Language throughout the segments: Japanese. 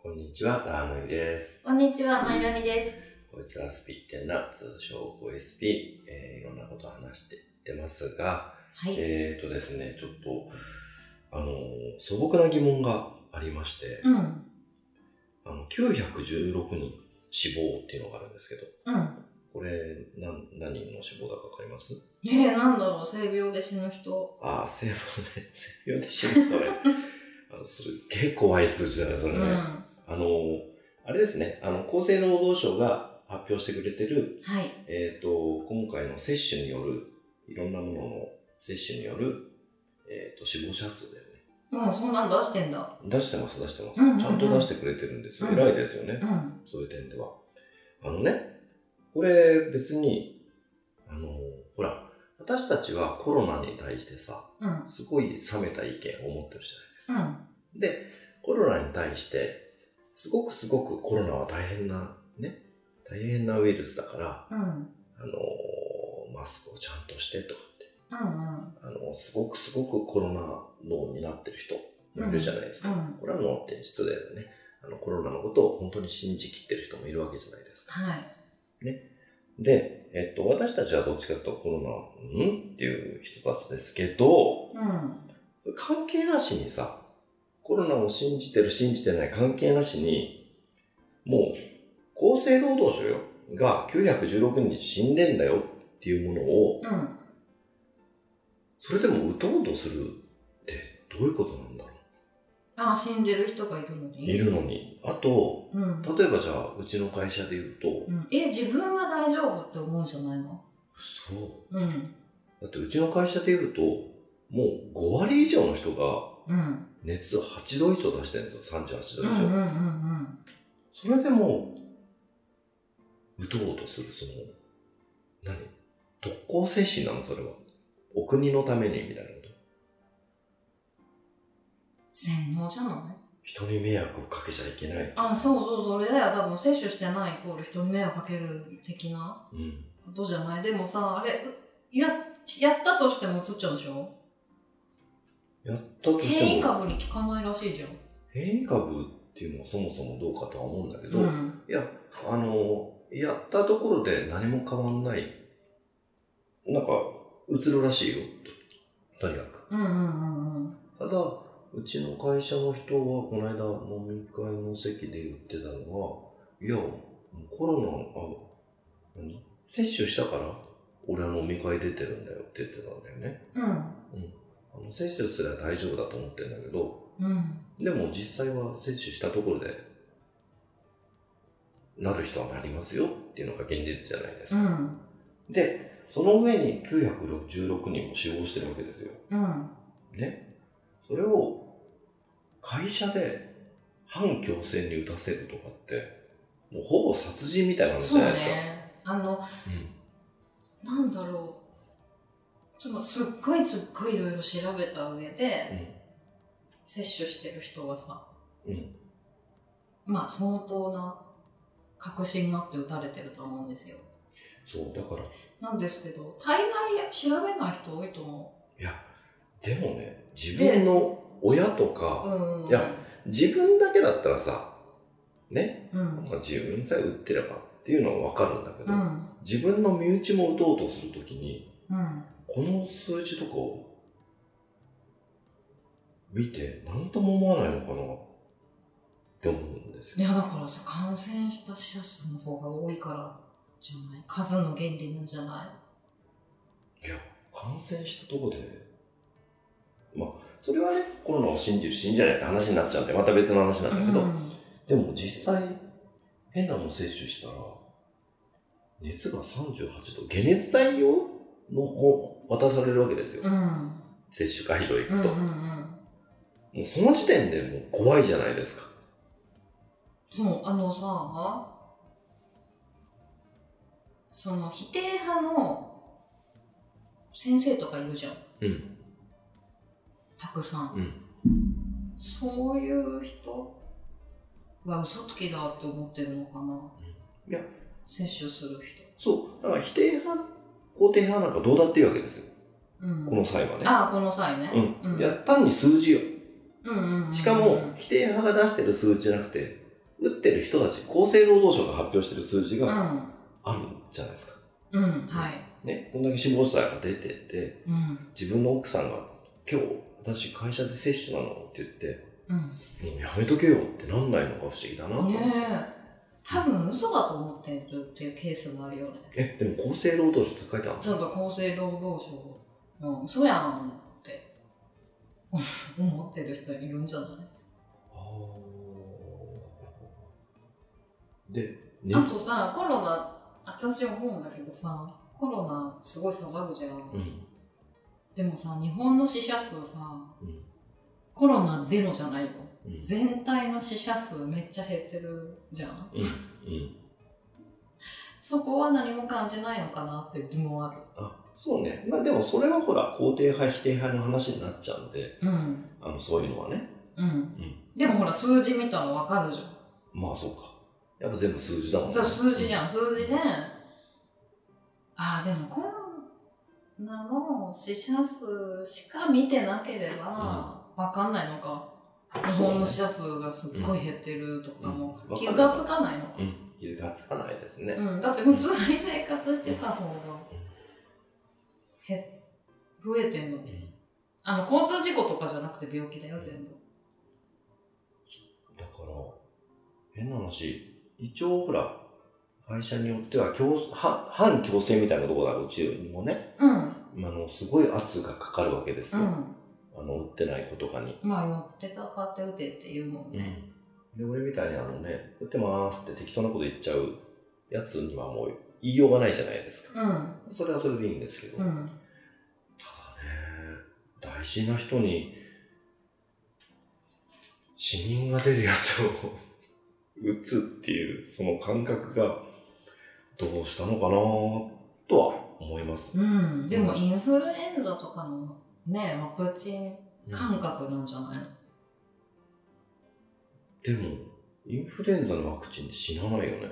こんにちは、ラーノイです。こんにちは、まいらみです。こいつはスピってんな、通称 OSP、えーいろんなことを話していってますが、は。えーとですね、ちょっと、あのー、素朴な疑問がありまして、うん。うん。あの、916人死亡っていうのがあるんですけど、これ、なん、何の死亡だかわかりますねえ、なんだろう、性病で死ぬ人。ああ、西洋ね、西洋で死ぬ 人はね、あの、それ、結構怖い数字だね、それうね。ん。あはのー、あれですね、あの、厚生労働省が発表してくれてる、い。えー、と今回の接種によるいろんなものの接種による、えー、と死亡者数だよねうん、そんなん出してんだ。出してます出してます、うんうんうんちゃんと出してくれてるんですよ、うん偉いですよね、うん。そういう点ではあのねこれ別にあのほら私たちはコロナに対してさうん。すごい冷めた意見を持ってるじうゃないん。ですか、でコロナに対してすごくすごくコロナは大変なね大変なウイルスだからうん。あのマスクをちゃんとしてとかって、うん。あのすごくすごくコロナ脳になってる人もいるじゃないですか。うんうんこれは脳って失礼だよね。あのコロナのことを本当に信じきってる人もいるわけじゃないですか。はい。で、えっと、私たちはどっちかというとコロナ、んっていう人たちですけど、うん。関係なしにさ、コロナを信じてる信じてない関係なしに、もう、厚生労働省よが916人死んでんだよっていうものを、うん。それでも打とうとするってどういうことなんだろあ、死んでる人がいるのうに。いるのに。あと、うん。例えばじゃあ、うちの会社で言うとう、ん。え、自分は大丈夫って思うじゃないのそう。うん。だってうちの会社で言うと、もう5割以上の人がうん。熱8度以上出してるんですよ、38度以うんうんう上。んうん。それでも、打とうとする、その、何特攻精神なの、それは。お国のために、みたいなこと。洗脳じゃない人に迷惑をかけちゃいけない。あ、そうそう、それだよ。多分、接種してないイコール人に迷惑かける的な。う。うん。ことじゃないでもさあれうややったとしても映っちゃうでしょやったとしても。変異株に効かないらしいじゃん変異株っていうのはそもそもどうかとは思うんだけど、うんいや、あの、やったところで何も変わんない。なんか、うつるらしいよ、ととにかく。うんうんうんうんただ、うちの会社の人は、この間飲み会の席で言ってたのは、いや、コロナ、あ、何接種したから、俺は飲み会出てるんだよって言ってたんだよね。うんあの接種すら大丈夫だと思ってるんだけど、うんでも実際は接種したところで、なる人はなりますよっていうのが現実じゃないですうか。んで、その上に966人も死亡してるわけですよ。うんね。それを会社で反強制に打たせるとかって、もうほぼ殺人みたいな話そじうゃないですか。ねあのなんだろうちょっとすっごいすっごいいろいろ調べた上で接種してる人はさうん。うん。まあ相当な確信があって打たれてると思うんですよそう、だから、なんですけど大概調べない人多いと思いや、でもね、自分の親とうか、うんいや自分だけだったらさ、ね、うんまあ、自分さえ打ってればっていうのは分かるんだけど、うん自分の身内も打とうとするときにうんこの数字とかを見て何とも思わないのかなって思うんですよ。いやだからさ感染した死者数の方が多いからじゃない数の原理なんじゃないいや感染したとこでまあそれはねコロナを信じる信じないって話になっちゃうんでまた別の話なんだけど、うん、でも実際変なもの摂取したら熱が38度解熱剤用のも渡されるわけですよ。うん接種会場行うんうくんと、うんもうその時点でもう怖いじゃないですかそうあのさその否定派の先生とかいるじゃんうんたくさん、うんそういう人は嘘つきだって思ってるのかな、いや接種する人、そうだから否定派肯定派なんかどうだっていいわけですようん、この際はねああこの際ね、うん、うんいや単に数字ようんうんうんうんしかも否定派が出してる数字じゃなくて打ってる人たち、厚生労働省が発表してる数字うがん。あるんじゃないですか。うん。はい。ね、こんだけ死亡者が出てて、うん。自分の奥さんが、今日、私会社で接種なのって言って、うもうやめとけよってなんないのが不思議だなとん。思って。ねえ。多分嘘だと思ってるっていうケースもあるよね。え、でも厚生労働省って書いてあるちょっと厚生労働省、うん、嘘やんって 思ってる人いるんじゃないで、あ熱とさ、コロナ、私思うんだけどさ、コロナすごい騒ぐじゃん。うん。でもさ、日本の死者数さ、うんコロナゼロじゃないよ。うん。全体の死者数めっちゃ減ってるじゃん。うん。そこは何も感じないのかなって疑問ある。あ、そうね。まあでもそれはほら、肯定派、否定派の話になっちゃうんで、うん。あの、そういうのはね。うん。んでもほら、数字見たらわかるじゃん。まあそうか。やっぱ全部数字だもんそう数字じゃん。ゃん数字でああでもコロナの死者数しか見てなければわかんないのか、日本の死者数がすっごい減ってるとかもうん気がつかないのか、うん。気がつかないですね。うんだって普通に生活してた方が減っ増えてんのにあの交通事故とかじゃなくて病気だよ全部だから、変な話、一応ほら、会社によっては強は反強制みたいなところがうちにもね、うんあの、すごい圧がかかるわけですうよ。んあの、打ってない子とかに。まあ寄ってたかって打てって言うもんね、で、俺みたいにあのね、打ってまーすって適当なこと言っちゃうやつにはもう言いようがないじゃないですか。うんそれはそれでいいんですけど。たうだね、ん大事な人に死人が出るやつを 打つっていう、その感覚がどうしたのかなーとは思います。うん、でもインフルエンザとかのね、ワクチン感覚なんじゃないでのも、インフルエンザのワクチンって死なないよね。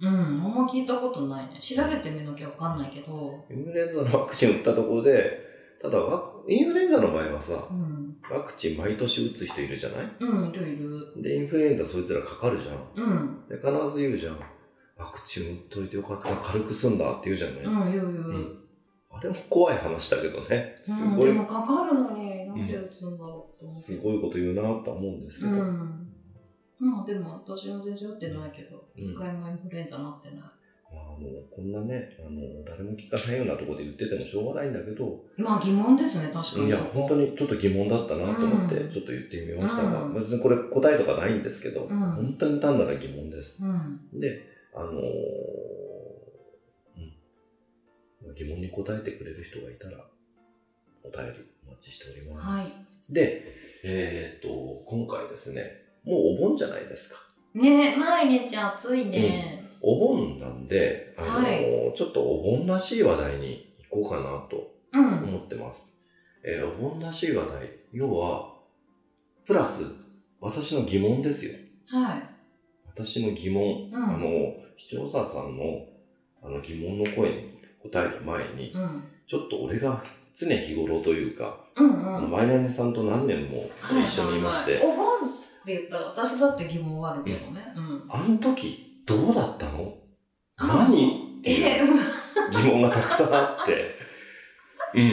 うん、あんま聞いたことないね。調べてみなきゃわかんないけど、インフルエンザのワクチン打ったところで、ただワク、インフルエンザの場合はさ、うん、ワクチン毎年打つ人いるじゃないうん、いるいる。で、インフルエンザそいつらかかるじゃん。うん、で、必ず言うじゃん。ワクチン打っといてよかった、軽く済んだって言うじゃない、うん、言う言う。うんあれも怖い話だけどね。すうん、ごい、でもかかるのに、なんで打つんだろうって思ってす。ごいこと言うなとは思うんですけうど。ん。まあでも私は全然打ってないけど、うん一回もインフルエンザなってなまあ、あのこんなねあの、誰も聞かないようなところで言っててもしょうがないんだけど、い。まあ疑問ですね、確かいにや、そこ本当。にちょっと疑問だったなと思って、うんちょっと言ってみましたが、うんまあ別にこれ答えとかないんですけど、ん本当に単なる疑問です。うん、で、あのーうん、疑問に答えてくれる人がいたら、お便りお待ちしておりまはす。で、えっ、と、今回ですね、もうお盆じゃないですか。い。ね毎日暑いね。お盆なんで、あのーはちょっとお盆らしい話題に行こうかなとうん思ってます。えーお盆らしい話題、要は、プラス、私の疑問ですよ。はい。私の疑問。うん。あの、視聴者さんのあの疑問の声に答える前に、うん。ちょっと俺が常日頃というか、うんあうのん。マイナニさんと何年も一緒にいましはて、ははいお盆って言ったら私だって疑問はあるけどね。うん。あの時どうだったのあ何ってえいうー、うん疑問がたくさんあって、うん。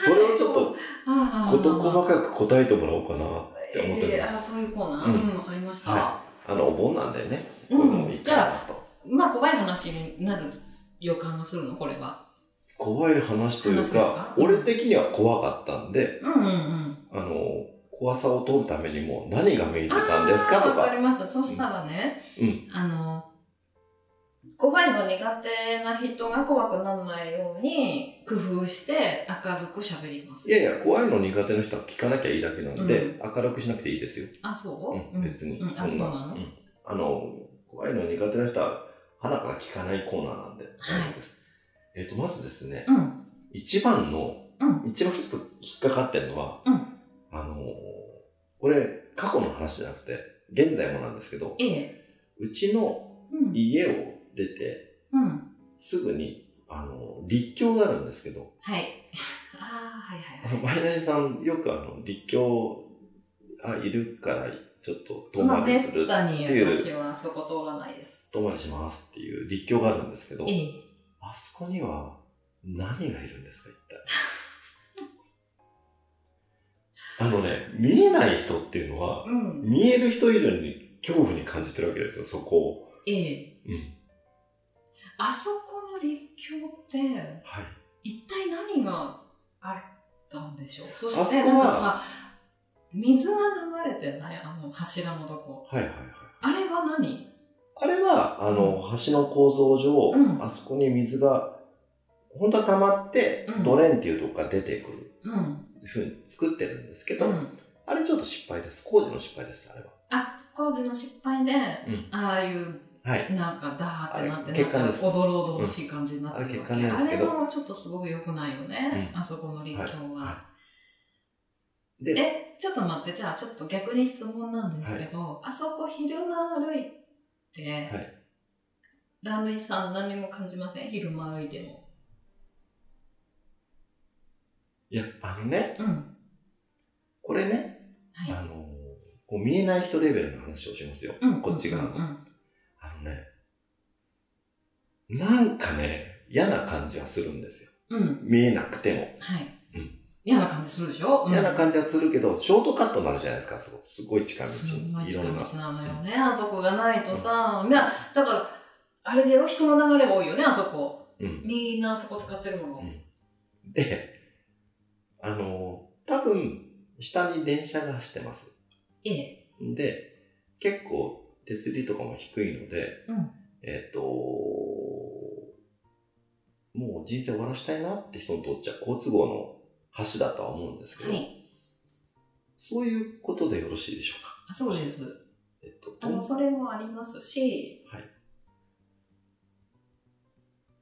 それをちょっとあー事細かく答えてもらおうかなって思っておりまえーあーす。そういうコーナうー。んうん、わかりました。はあの、お盆なんでね、うんこの一回だとまあ、怖い話になる予感がするの、これは。怖い話という話ですかか、俺的には怖かったんで、うんうんうん。あの、怖さを取るためにも何が見えてあたんですかーとわかか。りました。そしたらね、うん。あの、怖いの苦手な人が怖くならないように工夫して明るく喋りますい。やいや、怖いの苦手な人は聞かなきゃいいだけなんで、う明るくしなくていいですよ。、あ、そううん別に。うんあ、そうなのうんあの、怖いの苦手な人は、鼻から聞かないコーナーなんで、大丈夫です。えっ、と、まずですね、うん。一番の、うん一番ちょっと引っかかってるのは、うんあの、これ、過去の話じゃなくて、現在もなんですけど、ええ。うちのうん。家を出て、うん。すぐに、あの、立教があるんですけど、はい。 ああ、はいはいあは のい。マイナリさん、よくあの、立教、あ、いるからちょっと遠まあ、回めりっする、たにっていう私はそこ通らないです。遠回りしますっていう立教があるんですけど、ええ。あそこには何がいるんですか、一体。あ のね、見えない人っていうのは、うん。見える人以上に恐怖に感じてるわけですよ、そこを。ええ。うん。あそこの立教って、はい。一体何があったんでしょうそあしそこて、はなんかさ、水が流れてないあの柱のとこ。はいはいはい。あれは何あれは、あの、橋の構造上、うんあそこに水が、本当は溜まってう、んドレンっていうとこから出てくるうん。ふうに作ってるんですけうど、ん。あれちょっと失敗です。工事の失敗です、あれは。あ、工事の失敗で、んああいうはい。なんかダーってなってあれなんか血管ですおどろおどろしい感じになってるわけ、うんあれ血管なんあですれけどもちょっとすごく良くないよね、うんあそこの立教は、はで、えちょっと待ってじゃあちょっと逆に質問なんですけど、あそこ昼間歩いて、はいランルイさん何も感じません昼間歩いてもいや、あのね、うんこれね、はいあのーこう見えない人レベルの話をしますよ。うんこっち側うのんうんあのね、なんかね、嫌な感じはするんですよ。うん、うん見えなくても。はい、うん嫌な感じするでしょ、うん、嫌な感じはするけど、ショートカットになるじゃないですか、すごいすごい近道すごに。いい近ろ道んな。なのよね、あそこがないとさ、なだからあれだよ人の流れが多いよねあそこうん。みんなあそこ使ってるもの。うんで、あのー多分、下に電車が走ってます。ええ。で、結構、手すりとかも低いので、うんえっ、ともう人生終わらしたいなって人にとっちゃ、好都合の橋だとは思うんですけど、はい。そういうことでよろしいでしょうか。あそうです。えっと、あの、それもありますし、はい。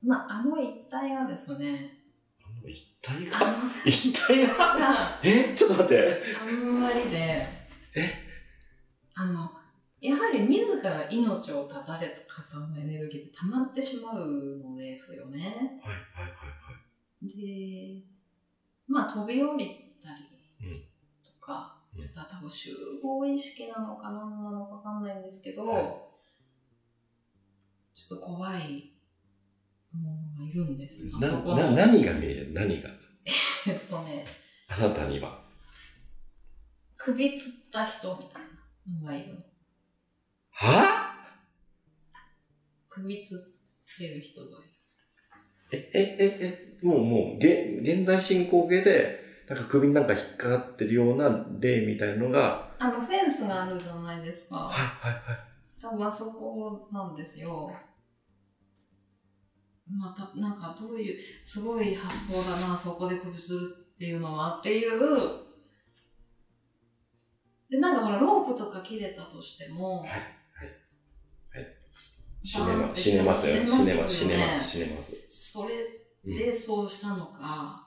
まあ、あの一帯がですね、あの一体あ が、の一体が、があえ、 ちょっと待って。んまりで、あの、やはり自ら命を絶たれた方のエネルギーって溜まってしまうのですよね。はいはいはいで、まあ、飛び降りたうりんとかうんした、多分集合意識なのかな、なのかわかんないんですけど、はいちょっと怖いものがいるんです。あそこはい。な、な、何が見える何が。えっとね、あなたには。首吊った人みたいなのがいるの。は首吊ってる人がいる。え、え、え、え、もうもう、げ、現在進行形で、なんか首になんか引っかかってるような例みたいのが、あの、フェンスがあるじゃないですか。はいはいはい。多分あそこなんですよ。まあ、たなんかどういう、すごい発想だな、そこで首吊るっていうのはっていう。で、なんかほら、ロープとか切れたとしても、はい死ねま、死ねますよ。死ねます、死ねます、死ねます。それうんでそうしたのか、あ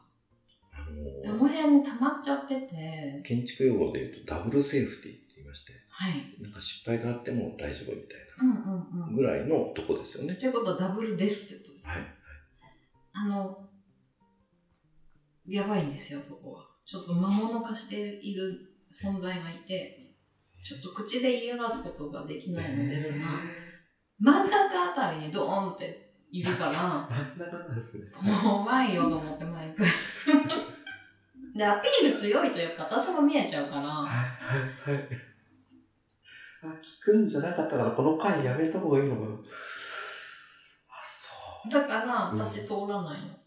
あのの辺溜まっちゃっててー、、建築用語で言うとダブルセーフティーって言いまして、はい。なんか失敗があっても大丈夫みたいうんうんなうん。ぐらいのとこですよね。ということはダブルですってことです。はい。あの、やばいんですよ、そこは。ちょっと魔物化している存在がいて、ちょっと口で言い表すことができないのですが、真ん中あたりにドーンっているから、真ん中なんですね。怖いよと思って毎回。 で、アピール強いというか、私も見えちゃうから、はいはいはい。あ、聞くんじゃなかったからこの回やめた方がいいのかな。あ、そだから私通らないの。う。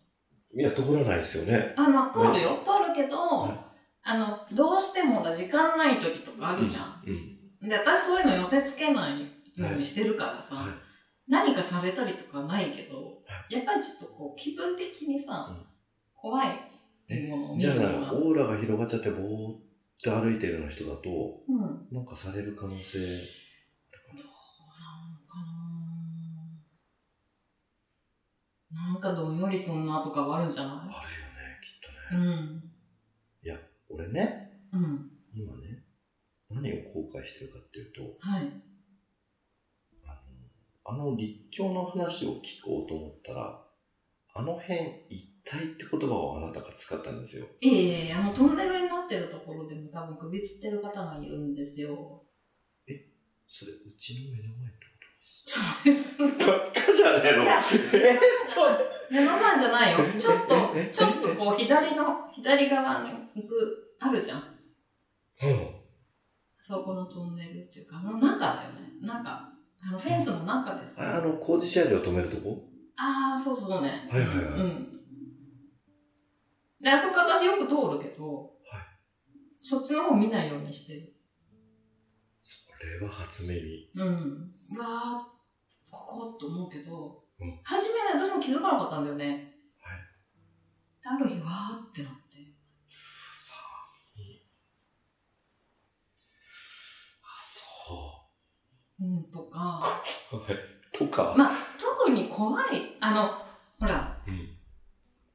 みんな通らないですよね。あの、通るよ。通るけど、はいあの、どうしてもほら時間ない時とかあるじゃん。うん。で、私そういうの寄せ付けないようにしてるからさ、はい。何かされたりとかないけど、はやっぱりちょっとこう、気分的にさ、うん怖いものを見じゃあるのが。オーラが広がっちゃってぼーって歩いてるような人だと、うん。どうなのなんかされる可能性。かななんかどんよりそんなとかはあるんじゃあるなよね、きっといね。うん。俺ね、うん。今ね、何を後悔してるかっていうと、はい。あの立教の話を聞こうと思ったら、あの辺一体って言葉をあなたが使ったんですよ。いえいえいえ、あの、トンネルになってるところでも多分首吊ってる方がいるんですよ。それ、うちの目の前ってこそうです。いとばっかじゃねえのやえそう、目の前じゃないよ。ちょっとええ、ちょっとこう、左の、左側に行く、あるじゃん。うそこのトンネルっていうか、あの中だよね。中。あの、フェンスの中です。ん。あの、工事車両止めるとこああ、そうそうね。はいはいはいうん。で、あそこ私よく通るけど、はいそっちの方見ないようにしてる。それは初耳。うん。うわあ、ここって思うけど、うん初めね、私も気づかなかったんだよね。。はいある日、わーってなって。さあ、いいあ、そうん、とか、う。はい。とか。まあ、特に怖い、あの、ほら、うん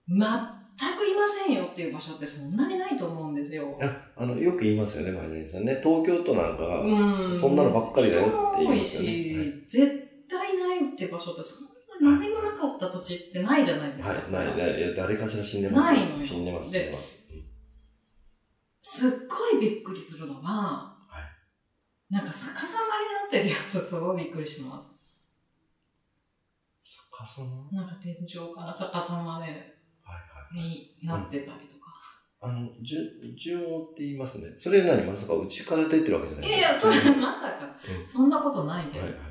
全くいませんよっていう場所ってそんなにないと思うんですよ。あ、あの、よく言いますよね、マイナリンさんね。東京都なんかが、うん、そんなのばっかりだよって人言いも多まいすよねし、はい絶対ないって場所ってそんな何もなかった土地ってないじゃないですか。はい、ない、ない、いや、誰かしら死んでます。ないのよ死んでます、死でんでます。うんすっごいびっくりするのは、なんか逆さまになってるやつすごいびっくりします。逆さまはいなんか天井から逆さまではい。になってたりとか。あの、じゅ、順を追って言いますね。それなにまさかうちから出てるわけじゃないいやいや、それうんまさか、うんそんなことないけはいど。はい。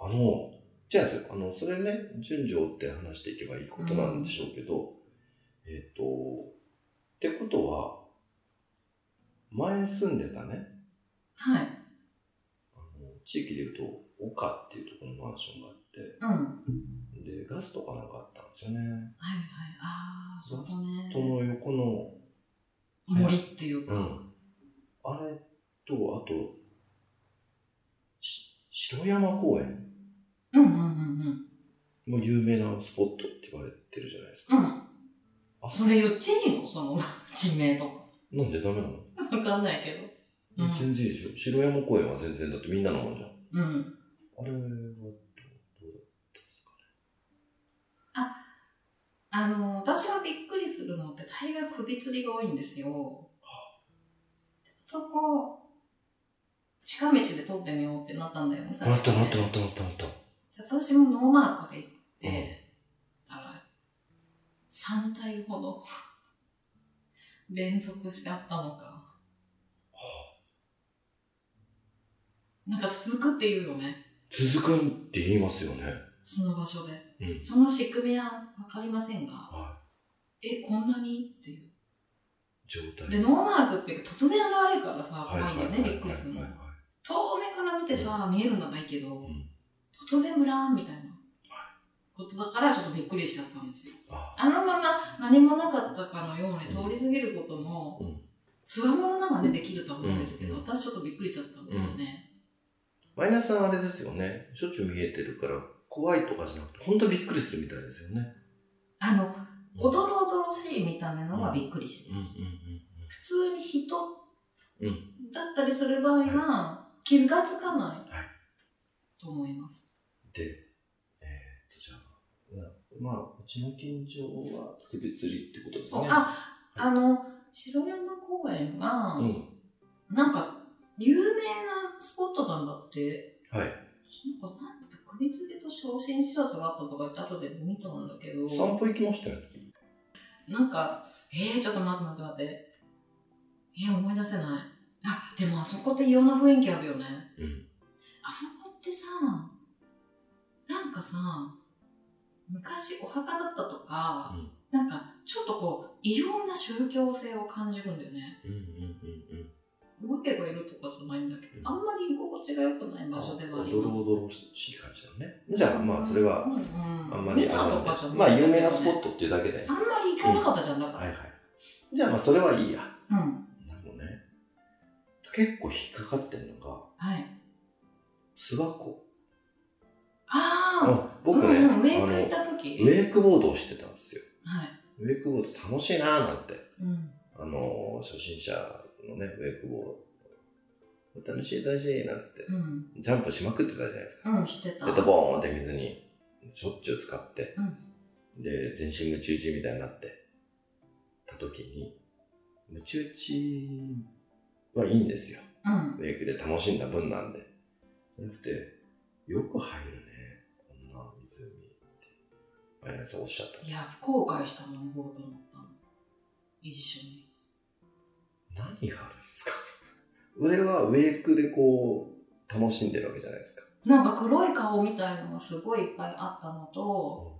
あの、じゃあですよ、あの、それね、順序を追って話していけばいいことなんでしょうけど、えっ、と、ってことは、前住んでたね、はい。あの地域でいうと、岡っていうところのマンションがあっうん。はいはい。て、で、ガスとかなんかあったんですよね。ああ、そこそね。の横の森っていうか。うん。あれと、あと、し城山公園うんうんうんも有名なスポットって言われてるじゃないですか。うん。うん。それ言っていいのその 地名とか。なんでダメなの、わかんないけど。うん。全然いいでしょ。城山公園は全然だってみんなのもんじゃん。うん。あれはどうどうだったですかあの、私がびっくりするのって大概首吊りが多いんですよ。そこ、近道で通ってみようってなったんだよね。ね。なったなった確かねなったなったなった。私もノーマークで行って、たら、3体ほど 連続してあったのか。なんか続くって言うよね。続くんって言いますよね。その場所で。うん。その仕組みはわかりませんが、はえ、こんなにっていう。い。状態。で、ノーマークっていうか突然現れるからさ、怖いんだよね、びっくりするのはい。はい遠目から見てさ、見えるのはいいけど、ん突然ブラーンみたいなことだからちょっとびっくりしちゃったんですよ。ああのまま何もなかったかのように通り過ぎることも、うんつわものなんかね、できると思うんですけど、うん私ちょっとびっくりしちゃったんですよね。マイナスさんあれですよね。しょっちゅう見えてるから、怖いとかじゃなくて、ほんとびっくりするみたいですよね。あの、おどろおどろしい見た目のがびっくりしうんうんます。うん。普通に人うだったりする場合は、気がつかないはいと思います。で、えー、っと、じゃあ、まあ、うちの近所は首吊りってことですそうね。あ、あの、城山公園は、うん。なんか、有名なスポットなんだって、はい。なんか、なんだって首吊りと昇進自殺があったとか言って後で見たんだけど、散歩行きましたよ。なんか、えー、ちょっと待って待って待って。えー、思い出せない。あ、でもあそこっていろんな雰囲気あるよね。うん。あそこってさ、なんかさ、昔お墓だったとか、うんなんかちょっとこう、異様な宗教性を感じるんだよね。うんうんうんうん。わけがいるとかじゃないんだけうんど、あんまり居心地が良くない場所ではありまおどす。ろおどろしい感じだね。じゃあ、まあ、それはう、んうん、あんまり見たとかじあゃなのいまあ、有名なスポト。ットっていうだけで。あんまり行かなかったじゃん、だかはいら。はい。じゃあ、まあ、それはいいや。うん。なるほどね。結構引っかかってんのが、はい。諏訪湖。ああ、あ僕ね、うんうん、ウェイク行っあたの、ウ時ェイクボードをしてたんですよ。はい。ウェイクボード楽しいなーなんて。うん。あの、初心者のね、ウェイクボード。楽しい楽しいなんつって、うん。ジャンプしまくってたじゃないですか。うん、知ってた。で、ドボーンって水にしょっちゅう使って、うんで、全身夢中打ちみたいになってた時に、夢中打ちはいいんですよ。ううん。野球で楽しんだ分なんで。じゃなくて、よく入るね。こんな湖って。あやさんおっしゃったんいでやす。、後悔したの行こうと思ったの。一緒に。何があるんですか俺はウェイクでこう、楽しんでるわけじゃないですか。なんか黒い顔みたいのがすごいいっぱいあったのと、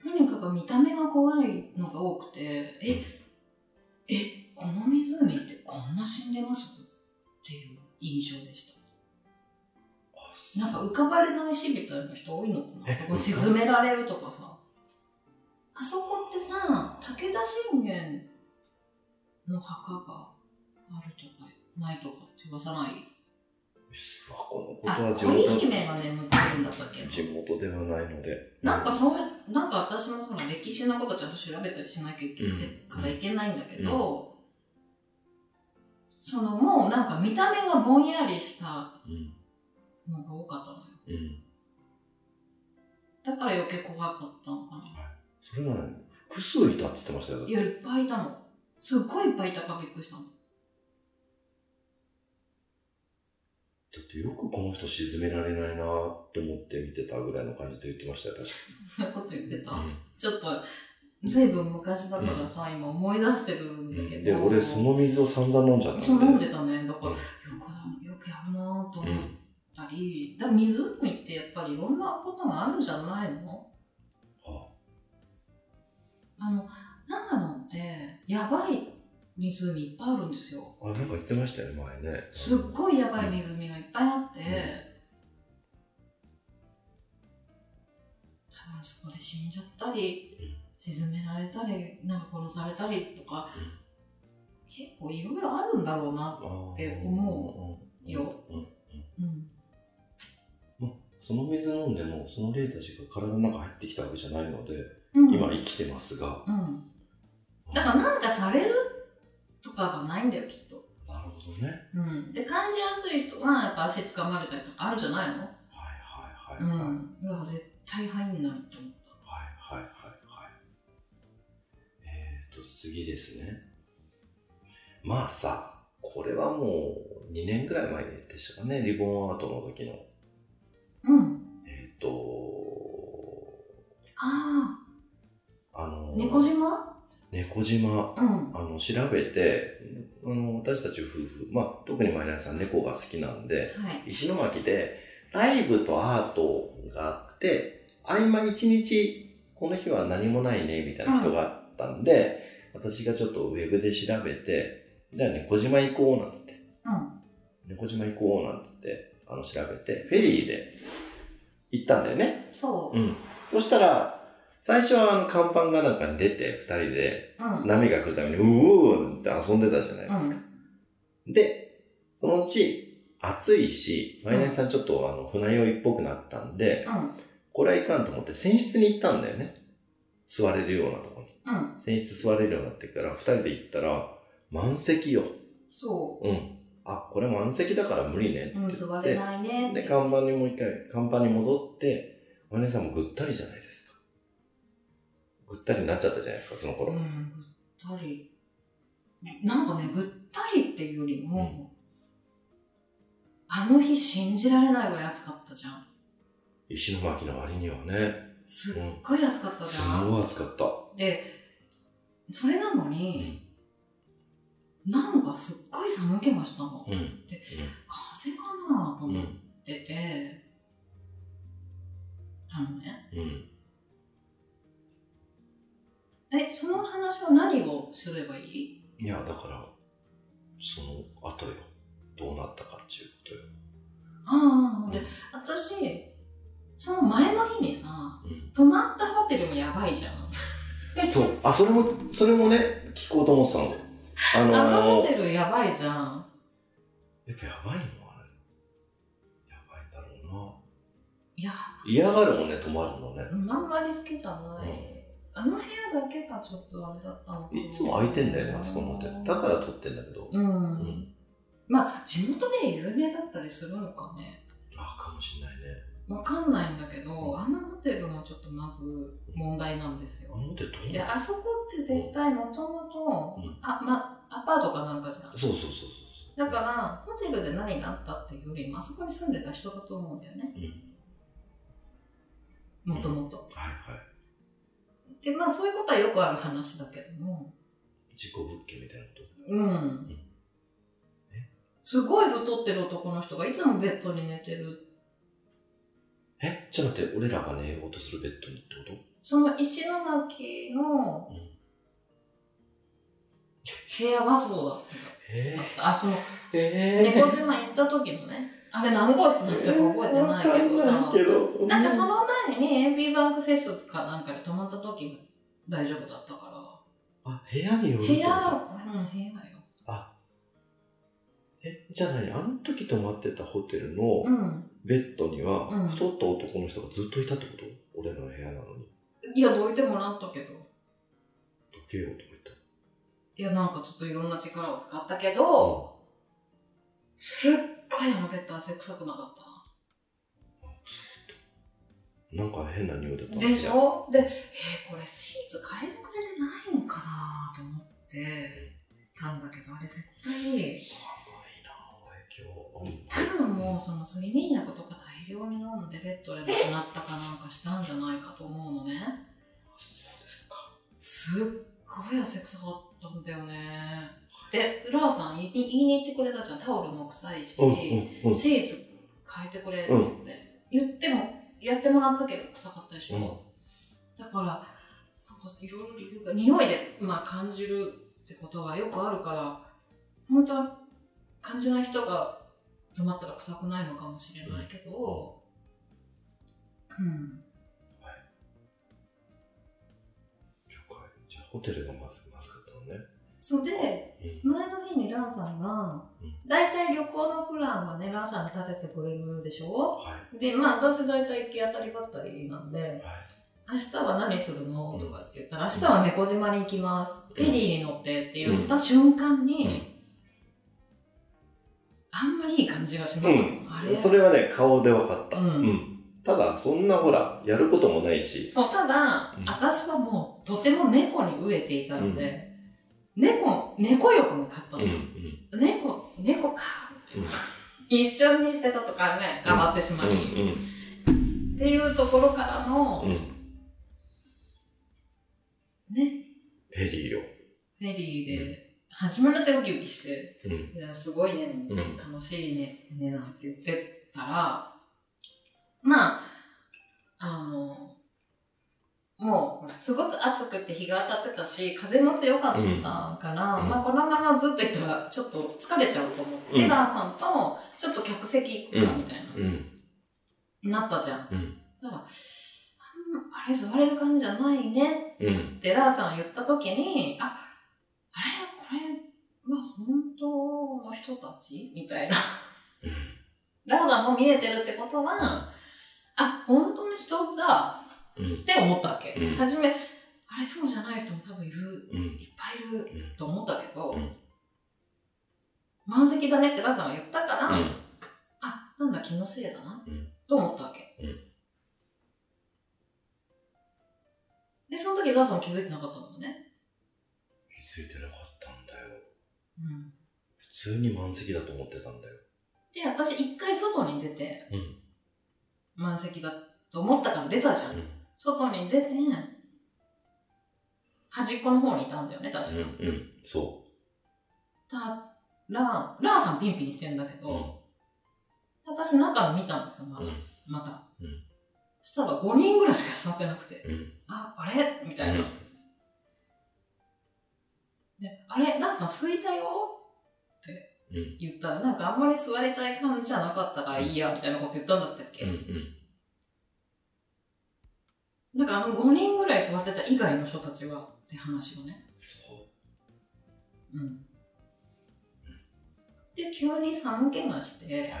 とにかく見た目が怖いのが多くて、え、え、この湖ってこんな死んでますっていう印象でした。あなんか浮かばれないしみたいな人多いのかなえそこ沈められるとかさ。あそこってさ、武田信玄の墓があるとかないとかって噂ない諏訪湖のことあ、は地織元姫が眠ってるんだったっけ地元ではないので。なんかそう、なんか私もその歴史のことちゃんと調べたりしなきゃいけないからいけないんだけど、そのもうなんか見た目がぼんやりしたうん。のが多かったのよ。うん。だから余計怖かったのかな。それがね、複数いたって言ってましたよ。いや、いっぱいいたの。すっごいいっぱいいたからびっくりしたの。だってよくこの人沈められないなと思って見てたぐらいの感じで言ってましたよ、確そんなこと言ってた。かちょっと、ずいぶん昔だからさ、今思い出してるんに。だけうんど。で、俺その水を散々飲んじゃったそう飲んでたね。だかうんら、よくだよくやるなとう思っん。たり、だから湖ってやっぱりいろんなことがあるんじゃないのあ、あの、長野って、やばい湖いっぱいあるんですよ。あ、なんか言ってましたよね、前ね。すっごいやばい湖がいっぱいあって、ん多分そこで死んじゃったり、沈められたりなんか殺されたりとか、うん結構いろいろあるんだろうな、っって思うよ。うんうん、その水飲んでも、その霊たちが体の中入ってきたわけじゃないので、うん今生きてますが。うん、だからなんかされるとかがないんだよきっと、なるほどね。うん、で感じやすい人はやっぱ足掴まれたりとかあるんじゃないのはいはいうはい。んはいうわ絶対入んないと思ったはいはいはい。えーと、次ですね。まあさ、これはもう2年くらい前でしたかね、リボンアートの時の。うんえーと、ああのあ、猫島猫島。うんあの、調べて、あの、私たち夫婦、まあ、特にマイナーさん猫が好きなんで、はい。石巻でライブとアートがあって、合間一日、この日は何もないね、みたいな人があったんで、私がちょっとウェブで調べて、じゃあ猫島行こうなんつって、うん。猫島行こうなんつって、あの、調べて、フェリーで行ったんだよね。そうう。ん。そしたら、最初はあの、甲板がなんかに出て、二人でうん。うん。波が来るために、うおーなんつって遊んでたじゃないですか。で、そのうち、暑いし、マイナスさんちょっとあの、船酔いっぽくなったんで、うん。これはいかんと思って、船室に行ったんだよね。座れるようなとこに。うん。船室座れるようになってから、二人で行ったら、満席よ。そうん。あ、これ満席だから無理ねってう。言うん、って。座れないねって。で、看板にもう一回、看板に戻って、マイナスさんもぐったりじゃないですか。ぐったりになっちゃったじゃないですか、そのう頃。ん、ぐったり。なんかね、ぐったりっていうよりも、うんあの日信じられないぐらい暑かったじゃん。石巻の割にはね、すっごい暑かったじすゃん。ごい暑かった。で、それなのに、なんかすっごい寒気がしたの。うん。風かなとうん。う思っん。てて、たのね。うん。え、その話は何をすればいいいや、だから、その後よ。どうなったかっていうことよ。ああ、うでん、私、その前の日にさ、うん泊まったホテルもやば いじゃん。そう。あ、それも、それもね、聞こうと思ってたの。あのあのホーテルやばいじゃん。やっぱやばいのあれ。やばいんだろいや、うな。嫌がるもんね、止まるのね。うんあんまり好きじゃない。うあの部屋だけがちょっとあれだったのかん。ないつも空いてんだよね、あそこのホテル。だから撮ってんだけど。うん。うん。まあ、地元で有名だったりするのかね。あ、かもしんないね。わかんないんだけど、あのホテルもちょっとまず問題なんですあよ。の手どうで、あそこって絶対もともとうん、あ、ま、アパートかなんかじゃん。そうそうそうそうだから、ホテルで何があったっていうよりも、あそこに住んでた人だと思うんだよね。もともと。はいはいで、まあそういうことはよくある話だけども、事故物件みたいなことうん。すごい太ってる男の人がいつもベッドに寝てるえちょっと待って俺らが寝ようとするベッドにってことその石巻のうん部屋はそうだっえた。あ、その、ええ猫島行った時のね、あれ何号室だったか覚えてないけどさ、なんかその前に AB バンクフェスかなんかで泊まった時が大丈夫だったかあ部屋によるら、部ってこ屋と、うん、部屋よ。えじゃあ何あの時泊まってたホテルのうん。ベッドには、うん太った男の人がずっといたってこと俺の部屋なのにいや、どいてもらったけど、時計をとか言ったいや、なんかちょっといろんな力を使ったけど、すっごいあのベッド汗臭くなかったな。なんか変な匂いだったでしょで、えーこれシーツ変えてくれてないんかなと思ってたんだけど、あれ絶対、寒いなおい今日多分もうその睡眠薬とか大量に飲んでベッドで亡くなったかなんかしたんじゃないかと思うのね。そうですかすっごい汗臭かったんだよね。で、ラーさん言い言いに行ってくれたじゃん。タオルも臭いし、うんうんうんシーツ変えてくれって言ってもやってもらったけど臭かったでしょ、うんだからなんかいろいろ理由が匂いで、まあ、感じるってことはよくあるから本当は感じない人が止まったら臭くないのかもしれないけどうん、了解じゃあホテルがまずまずかったのねそれでうん前の日にランさんがうん大体旅行のプランはねランさんが立ててくれるでしょはいでまあ私大体行き当たりばったりなんで、はい明日は何するのとかって言ったら、明日は猫島に行きます。フェリーに乗ってって言った瞬間に、うんあんまりいい感じがしなかった。うんあれそれはね顔で分かったうんただそんなほらやることもないしそう、ただ、うん私はもうとても猫に飢えていたので、猫、猫欲も買ったの、ん猫、猫か。うん一瞬にしてちょっと考え、変わってしまい、うっていうところからの、んうんね、ペリーよフェリーで、初めだってウキウキして、うんいや、すごいね、うん楽しいね、ね、なんて言ってたら、まあ、あの、もう、すごく暑くて日が当たってたし、風も強かったから、うんまあ、このままずっと行ったら、ちょっと疲れちゃうと思って、うんラーさんと、ちょっと客席行くか、みたいな、うんなったじゃん。うんだから、うんあれ、座れる感じじゃないねうんでラーさん言った時にああれこれは本当の人たちみたいなラーさんも見えてるってことは、あ本当の人だうんって思ったわけ、うん初めあれそうじゃない人も多分いるうんいっぱいいるうんと思ったけど、うん満席だねってラーさんは言ったから、うんあなんだ気のせいだな、うんと思ったわけ、うんでその時ラーさんは気づいてなかったのね、気づいてなかったんだようん普通に満席だと思ってたんだよで、私一回外に出て、うん満席だと思ったから出たじゃん。う外に出て、端っこの方にいたんだよね、確か。んうんそたら、ラーさんピンピンしてんだけうど、私中見たんですよ、まだ。うんまた。うんそしたら5人ぐらいしか座ってなくて、うんあ、あれみたいな。うんであれラーさん空いたよってうん言ったら、なんかあんまり座りたい感じじゃなかったからいいや、みたいなこと言ったんだったっけ、うんうんなんかあの5人ぐらい座ってた以外の人たちはって話をね。そうん。で、急に寒気がしうては、い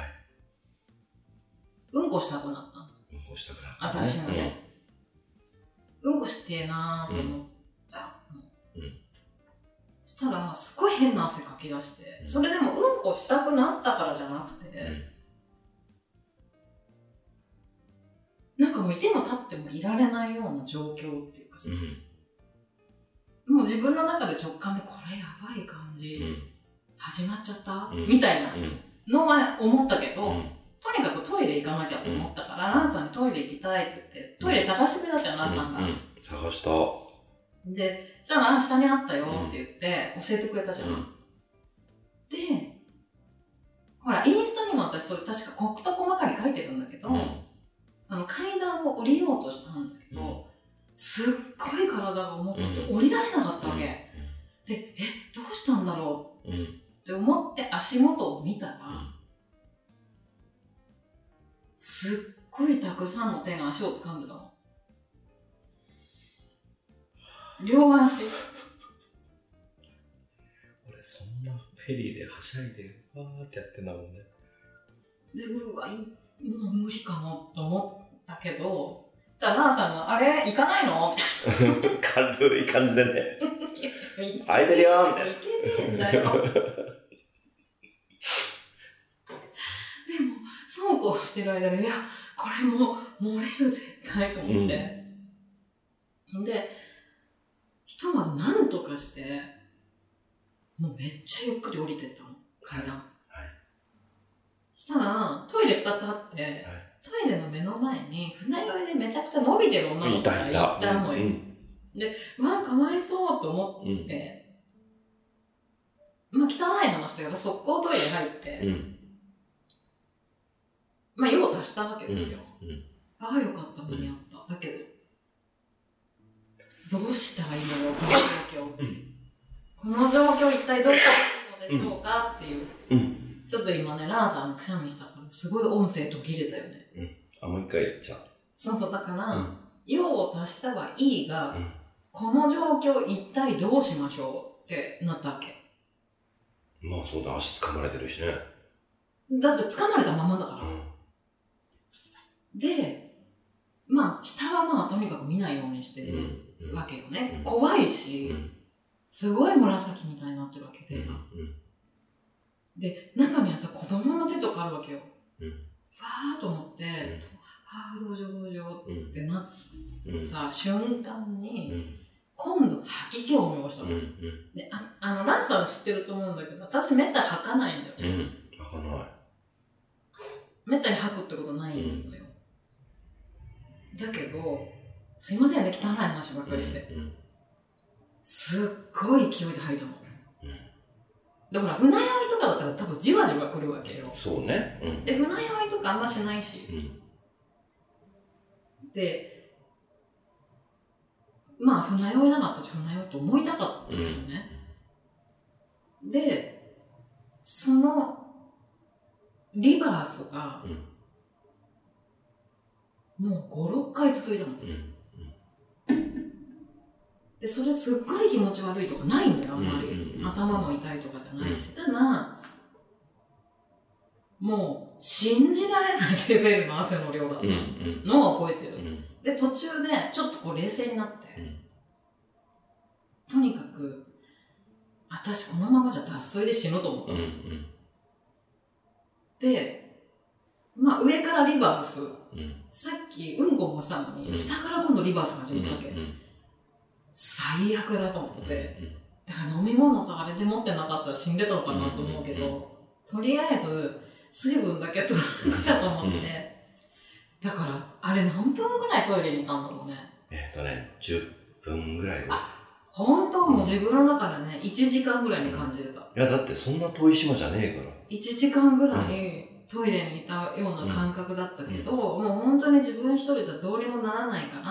うんこしたくなったのうんこしたくなった、私はね。うんこしてえなーと思った。うんうんしたら、すごい変な汗かき出して、うんそれでもうんこしたくなったからじゃなくて、んかもういても立ってもいられないような状況っていうかさ、もう自分の中で直感でこれやばい感じ、始まっちゃった、うんみたいなうんうんのは思ったけど、うんとにかくトイレ行かなきゃと思ったから、ランさんにトイレ行きたいって言って、トイレ探してくれたじゃん、ランさんが。うんうん探したうで、じゃあラン下にあったよって言って、教えてくれたじゃん。んで、ほら、インスタにも私それ確か刻と細かに書いてるんだけど、その階段を降りようとしたんだけど、うんすっごい体が重くてう降りられなかったうわけ。んで、え、どうしたんだろうんうんうって思って足元を見たら、すっごいたくさんの手が足を掴んでたの。両足。俺そんなフェリーではしゃいでわーってやってんだもんねで、うわ、いもう無理かもと思ったけど、そしたら、ラーさんが、あれ行かないのって軽い感じでね言って。空いてるよ行けねえんだよ。でも、そうこうしてる間に、いや、これもう漏れる絶対と思って。で、ひとまず何とかして、もうめっちゃゆっくり降りてったの、階段。はいしたら、トイレ2つあって、トイレの目の前に船酔いでめちゃくちゃ伸びてる女のい子がたいいたたのよ。んわあ、かわいそうと思うんうんって、まあ汚い話だけど、速攻トイレ入って、うんまあ用を足したわけですよ。うんうんああ、よかった、間に合った。だけど、どうしたらいいのよ、この状況。うんこの状況一体どうしたらいいのでしょうかっていう。うんちょっと今ね、ラーさんくしゃみしたから、すごい音声途切れたよね。あもう一回やっちゃうそうそう、だから、うん用を足したはいいが、うんこの状況一体どうしましょうってなったわけ。まあそうだ足掴まれてるしねだって掴まれたままだから。で、まあ、下はまあとにかく見ないようにしてうるんわけよね。うん怖いうし、んすごい紫みたいになってるわけうで。んで、中にはさ、子供の手とかあるわけよ。うんわーと思って、んあーどうしようどうしようんううんってなうんった瞬間うに、ん今度吐き気を思いましたうの。んでああの、ランさんは知ってると思うんだけど、私めったに吐かないんだようね。んうん開かないめったに吐くってことないのよ、だけどすいませんね汚い話ばっかりして、うんすっごい勢いで吐いたのうんだから船酔いとかだったら多分じわじわ来るわけよそうねうんで船酔いとかあんましないしうんでまあ船酔いなかったし船酔いと思いたかったけどね、でそのリバースがうんもう56回続いたのうんでそれすっごい気持ち悪いとかないんだよあんまり、うんうんうん頭も痛いとかじゃないし、ただもう信じられないレベルの汗の量だったうんうんのを覚えてる、うんで途中でちょっとこう冷静になって、うんとにかく私このままじゃ脱水で死ぬと思った、うんでまあ上からリバースうんさっきうんこもしたのに、うん下から今度リバース始めたわけ、うんうん最悪だと思って、うんだから飲み物さ、あれで持ってなかったら死んでたのかなと思うけど、うんうんとりあえず、水分だけ取らなくちゃと思って、だから、あれ何分ぐらいトイレにいたんだろうね。えっとね10分ぐらいは本当もう自分の中でね、1時間ぐらいに感じてた。いやだってそんな遠い島じゃねえから1時間ぐらいトイレにいたような感覚だったけど、もう本当に自分一人じゃどうにもならないから、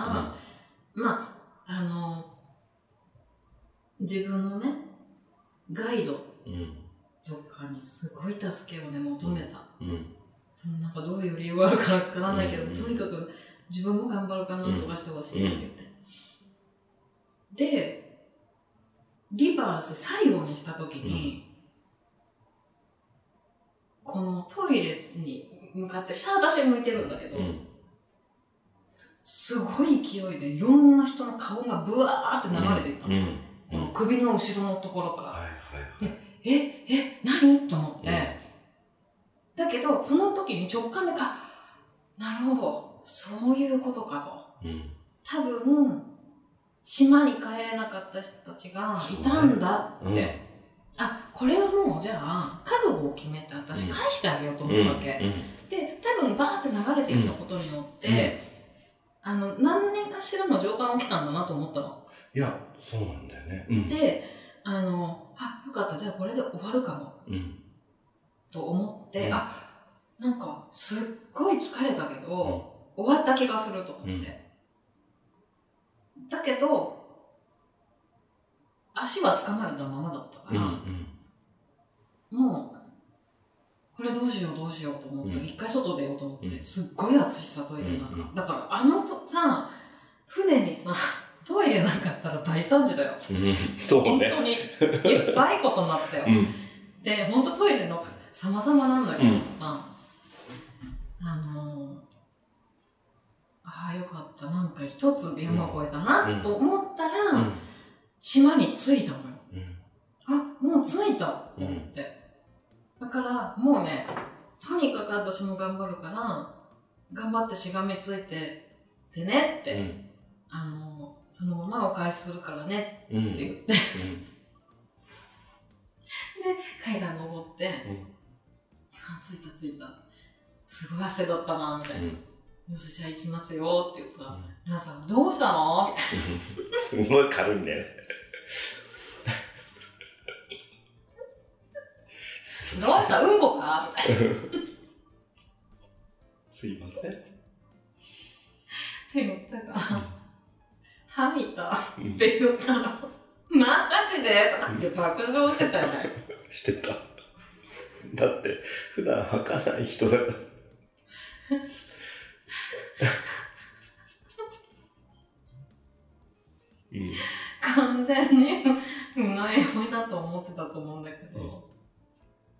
まあ、あの、自分のね、ガイドうんとかにすごい助けをね、求めた。うんそのなんかどういう理由があるかわからないけど、うんうんとにかく自分も頑張るからなんとかしてほしいって言って。で、リバース最後にした時に、このトイレに向かって、下私向いてるんだけど、うんすごい勢いでいろんな人の顔がブワーって流れていったうんうの。このん首の後ろのところから。はいはいはいえ、え、何と思っうて、んだけど、その時に直感でか、なるほど。そういうことかと。うん。多分、島に帰れなかった人たちがいたんだって。あ、これはもう、じゃあ、覚悟を決めて、私うん返してあげようとうん。思ったわけ。で、多分、バーって流れていったことによって、あの、何年かしらの情感起きたんだなと思ったの。いや、そうなんだよね。うん。で、あの、あ、よかった、じゃあこれで終わるかも、うん。と思って、うんあ、なんか、すっごい疲れたけど、終わった気がすると思って。だけど、足は掴まれたままだったかうん。うら、ん。もう、これどうしようどうしようと思って、うん一回外出ようと思って、うんすっごい暑いしさ、トイレなんか。うんうだから、あのとさ、船にさ、トイレなかったら大惨事だよ。うん。そう本ね。当に、いっぱいことになって たよ。うん。で、本当トイレの様々なんだけどさ、あのー、ああ、よかった。なんか一つ山越えたうな、んと思ったら、うん。島に着いたのよ。うん。あ、もう着いたと思って。だから、もうね、とにかく私も頑張るから、頑張ってしがみついて、でねって、うん。あの、そのままお返しするからねうってん。言って、階段登って、んあ、着いた着いた。すごい汗だったな、みたいな。よし、じゃあ行きますよって言ったら、皆さん、どうしたのみたいすごい軽いんだよね。な。どうしたうんこかみたいすいません。な。って言ったから、はいた。うんって言ったら、マジでとかって爆笑してたよね。してた。だって、普段履かない人 だから。うん。完全にうまい思いだと思ってたと思うんだけど。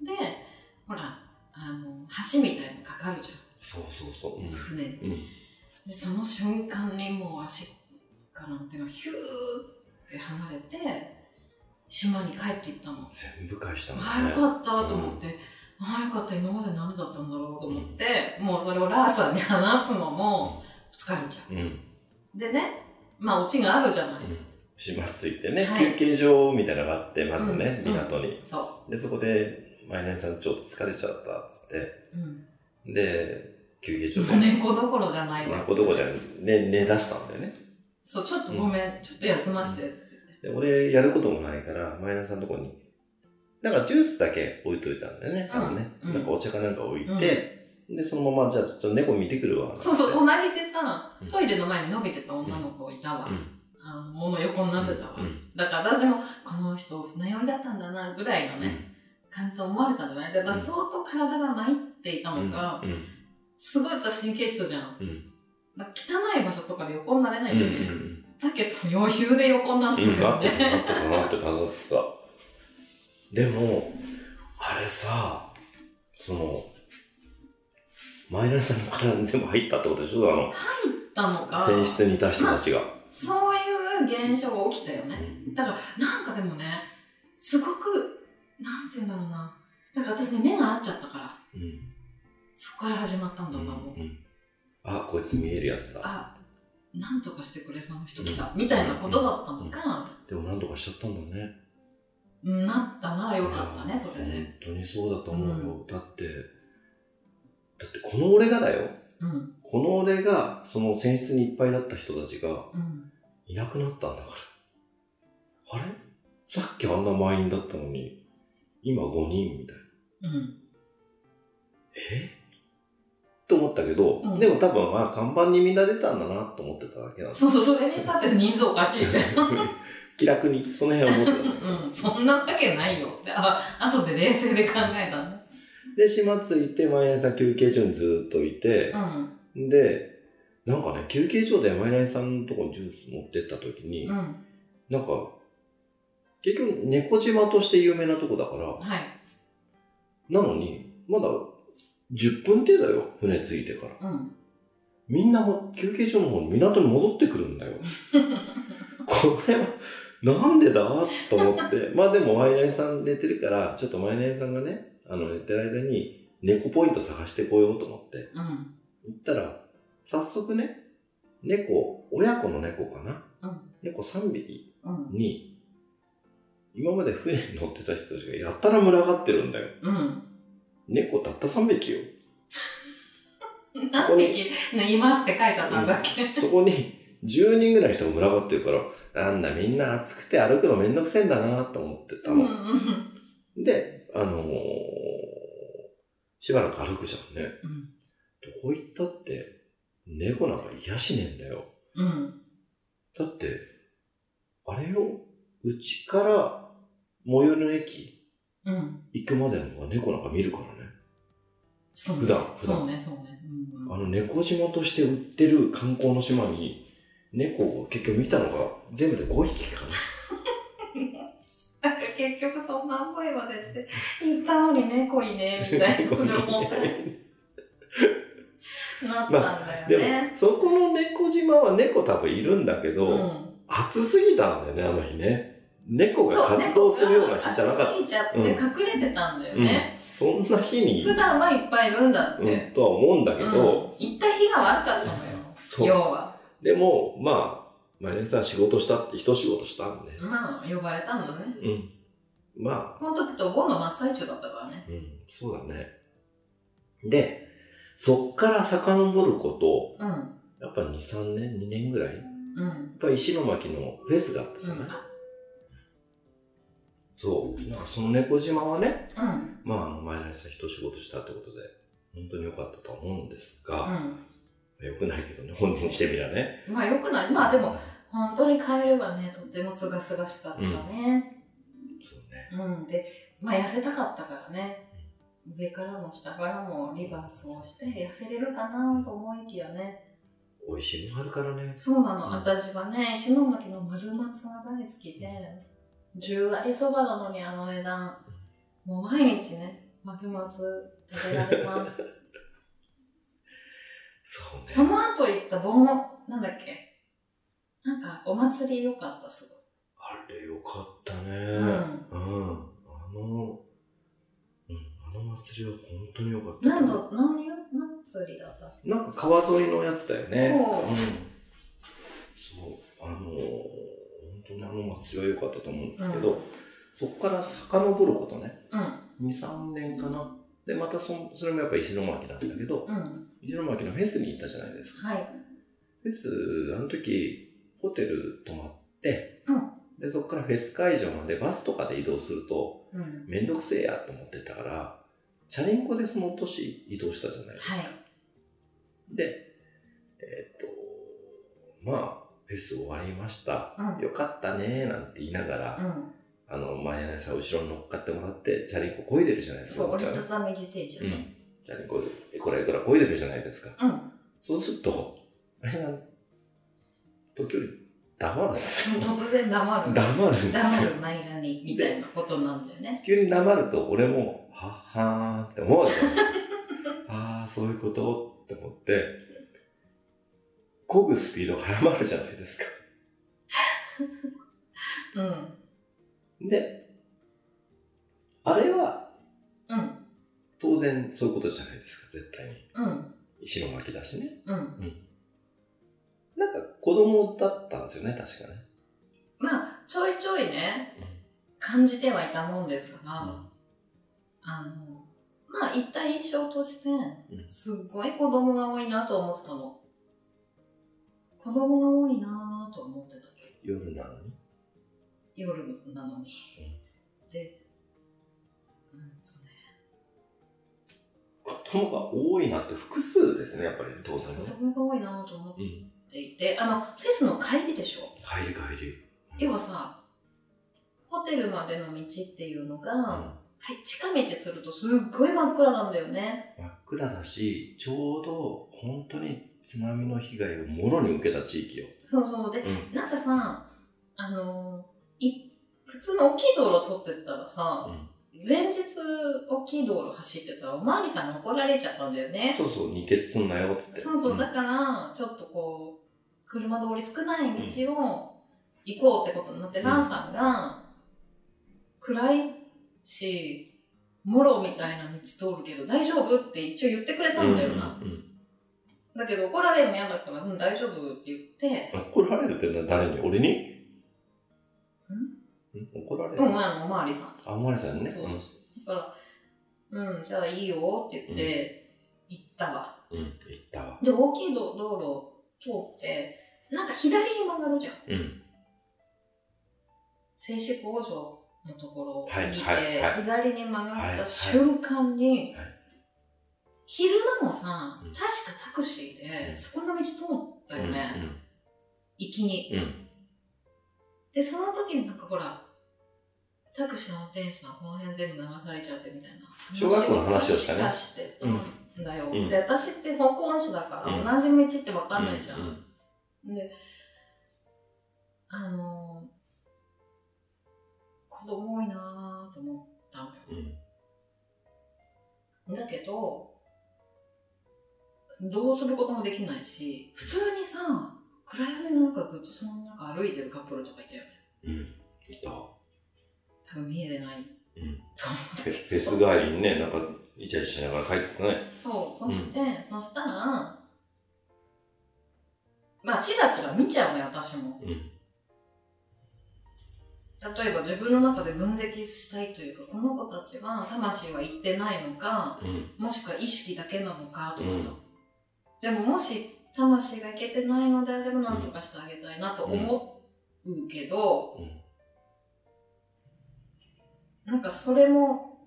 で、ほら、あの、橋みたいのかかるじそうそうそう。ゃん、船に。うん。うん。で、その瞬間にもう足からの手がヒューって離れて、島に帰っていったの。全部返したもんああ、ね。よかったと思って、ああ、よかった、今まで何だったんだろうと思って、もうそれをラーさんに話すのも疲れちゃうん。うん。う。でね、まあ、オチがあるじゃない。島ついてね、はい休憩所みたいなのがあって、まずね、うん港に。そで、そこで、マイナイさんちょっと疲れちゃったっつっう。うて、ん。で、休憩所で、猫どころじゃないわまあ、こどこじゃん、ね、寝出したんだよね。そう、ちょっとごめん、ちょっと休まして。で、俺、やることもないから、マイナさんのとこに、なんかジュースだけ置いといたんだよね、うん多分ね。うんなんかお茶かなんか置いて、で、そのまま、じゃあ、ちょっと猫見てくるわ。そうそう、なんて隣でさうん、トイレの前に伸びてた女の子いたわ。うん。あの、物横になってたわ。うん。だから私も、この人船酔いだったんだな、ぐらいのね、感じと思われたんじゃないで、私相当体がないっていたうん。のが、うん。すごい私神経質じゃん。うん。だから汚い場所とかで横になれなうん。ういん。よね。だけど余裕で横になっうてん。たなかってらた、ね。なってた、なってた、なってた。でも、あれさ、その、マイナさんの体に全部入ったってことでしょあの、たのか。泉質にいた人たちが。そういう現象が起きたよね。だから、なんかでもね、すごく、なんて言うんだろうな。だから私ね、目が合っちゃったから、うん。うんそこから始まったんだと思う。うんうんあこいつ見えるやつだあ、なんとかしてくれ、その人来た。みたいなことだったのか、でも何とかしちゃったんだねうんなったならよかったいやね、それで。本当にそうだと思うよ、だってだってこの俺がだようん、この俺がその泉質にいっぱいだった人たちがうん。いなくなったんだからあれさっきあんな満員だったのに今5人みたいなうん。えと思ったけど、うんでも多分まあ看板にみんな出たんだなと思ってただけなんだそう、それにしたって人数おかしいじゃん。 気楽にその辺思ってたんだけどうん、そんなわけないよって。あ、後で冷静で考えたんだ。で、島着いて、マイナイさん休憩所にずっといてう、ん、で、なんかね、休憩所でマイナイさんのとこにジュース持ってった時に、うん。なんか、結局、猫島として有名なとこだから、はい。なのに、まだ10分程度よ、船着いてから。うん。みんなも休憩所の方に港に戻ってくるん だよ。これは、なんでだと思って。まあでも、マイナイさん寝てるから、ちょっとマイナイさんがね、あの、寝てる間に、猫ポイント探してこようと思って。うん。行ったら、早速ね、猫、親子の猫かな、うん猫3匹うん。に、今まで船に乗ってた人たちがやったら群がってるんだよ。うん。猫たった3匹よ。何匹いますって書いてあったんだっけ、そこに10人ぐらいの人が群がってるから、なんだみんな暑くて歩くのめんどくせえんだなと思ってたうん、うの。んうん。で、あのー、しばらく歩くじゃんね。うんどこ行ったって、猫なんか癒しねえんだよ。うん。だって、あれよ、うちから最寄りの駅うん。行くまでのが猫なんか見るからね。そうね普段普段そうね、そうね。うんうんあの猫島として売ってる観光の島に、猫を結局見たのが全部で5匹 かな。なんか結局そんな思いまでして、行ったのに猫いねえみたいな状 態になったんだよでもね。、そこの猫島は猫多分いるんだけど、うん、暑すぎたんだよね、あの日ね。猫がそう活動するような日じゃなかった。暑すぎちゃって隠れてたんだよね。そんな日に、普段はいっぱいいるんだっうんて。、とは思うんだけうん、ど、行った日が悪かったのよ。そう要は。でも、まあ、マリさん仕事したって、一仕事したんで、まあ、呼ばれたんだね。うん。まこの時ってお盆の真っ最中だったからね。あ、うん、そうだね。で、そっから遡るこうん。と、やっぱ2、3年、2年ぐらい、やっうん。ぱ石巻のフェスがあったじゃない、そう。なんかその猫島はね、うん。まあ、あの、前田さん一仕事したってことで、本当に良かったとは思うんですうが、ん。良、くないけどね、本人にしてみりゃね。まあ、良くない。まあ、でも、、本当に帰ればね、とってもすがすがしかったね。そうね。うん。で、まあ、痩せたかったからね。上からも下からもリバースをして痩せれるかなと思いきやね。美味しいもんあるからね。そうなの、うん私はね、石巻の丸松が大好きで、10割そばなのにあの値段。もう毎日ね、丸松食べられます。そうね。その後行った盆の、なんだっけなんか、お祭り良かった、すあれよかったね。ごい。うん。うん。あの、うん、あの祭りは本当によかった。何度、何よ、何祭りだったなんか川沿いのやつだよね。。そうんそう。あのー、本当にあの祭りは良かったと思うんですけど、そこから遡ることね。うん、 2、3年かな。で、またそ、それもやっぱ石巻なんだけど、うん。石巻のフェスに行ったじゃないですか。はい。フェス、あの時、ホテル泊まって、うんで、そこからフェス会場までバスとかで移動すると、うん。めんどくせえやと思ってたから、チャリンコでその年移動したじゃないですか。はい。で、えーっと、まあ、フェス終わりました。うん。よかったねーなんて言いながら、うん。あの、前柳さん後ろに乗っかってもらって、チャリンコ漕いでるじゃないですそか。う、僕折ちゃんりたたみ自転車うんね。。チャリンコで、えこれいくら漕いでるじゃないですか。うん。そうすると、 あれなん時折、黙るんですよ。突然 黙る。黙るんです黙よ。るないらに、みたいなことなんだよね。急に黙ると俺も、はっはーんって思うじゃない ですかああ、そういうことって思って、漕ぐスピードが早まるじゃないですか。うん。で、あれはうん。当然そういうことじゃないですか、絶対に。うん。石巻だしね。うん。なんか子供だったんですよね、確かね。まあ、ちょいちょいねうん、感じてはいたもんですから、うんあの、まあ、言った印象として、んすっごい子供が多いなと思ってたの。子供が多いなと思ってたけど、夜なのに。夜なのに。で、うんとね、子供が多いなって複数ですね、やっぱり当然子ね。供が多いなと思っうん。ていて、あの、フェスの帰りでしょ入り帰り。要はさ、ホテルまでの道っていうのが、うんはい、近道するとすっごい真っ暗なんだよね。真っ暗だし、ちょうど本当に津波の被害をもろに受けた地域よ。そうそう。で、うなんかさ、あのーい、普通の大きい道路を通ってったらさ、ん。前日大きい道路走ってたらおまわりさんに怒られちゃったんだよね。そうそう、二血すんなよ、つって。そうそう、んだから、ちょっとこう、車通り少ない道を行こうってことになって、うんランさんが、暗いし、もろみたいな道通るけど大丈夫って一応言ってくれたんだよな。うんうんだけど怒られるの嫌だから、うん、大丈夫って言って、怒られるってのは誰に俺にん怒られうる、ん、前のおまわりさん。あんまりさんね。そうそうそう。だから、うん、じゃあいいよって言って、行ったわ。うん。うん、言ったわ。で、大きい道道路通って、なんか左に曲がるじゃん。うん。製紙工場のところを過ぎて、はいはいはい左に曲はがいっはいた瞬間に、はい昼間もさ、うん確かタクシーうで、んそこの道通ったよね、行きに。うん。うん。で、その時になんかほら、タクシーの運転手さん、この辺全部流されちゃってみたいな。小学校の話をしたね確かしてたんだよ。うんで、私って歩行音痴だから、うん同じ道って分かんないじゃん。うん。で、あのー、子供多いなーと思ったのよ。うんだけど、どうすることもできないし、普通にさ、暗闇の中ずっとその中歩いてるカップルとかいたよね。うん。いた。多分見えてない。うんと思ったフけェどフェス帰りにね、なんか、イチャイチャしながら帰ってたね。そう、そして、そしたら、まあ、チラチラ見ちゃうね、私も。うん。例えば自分の中で分析したいというか、この子たちは魂は行ってないのか、うん。もしくは意識だけなのかとかさ。うんでももし魂が行けてないのであれば何とかしてあげたいなと思うけど、うんなんかそれも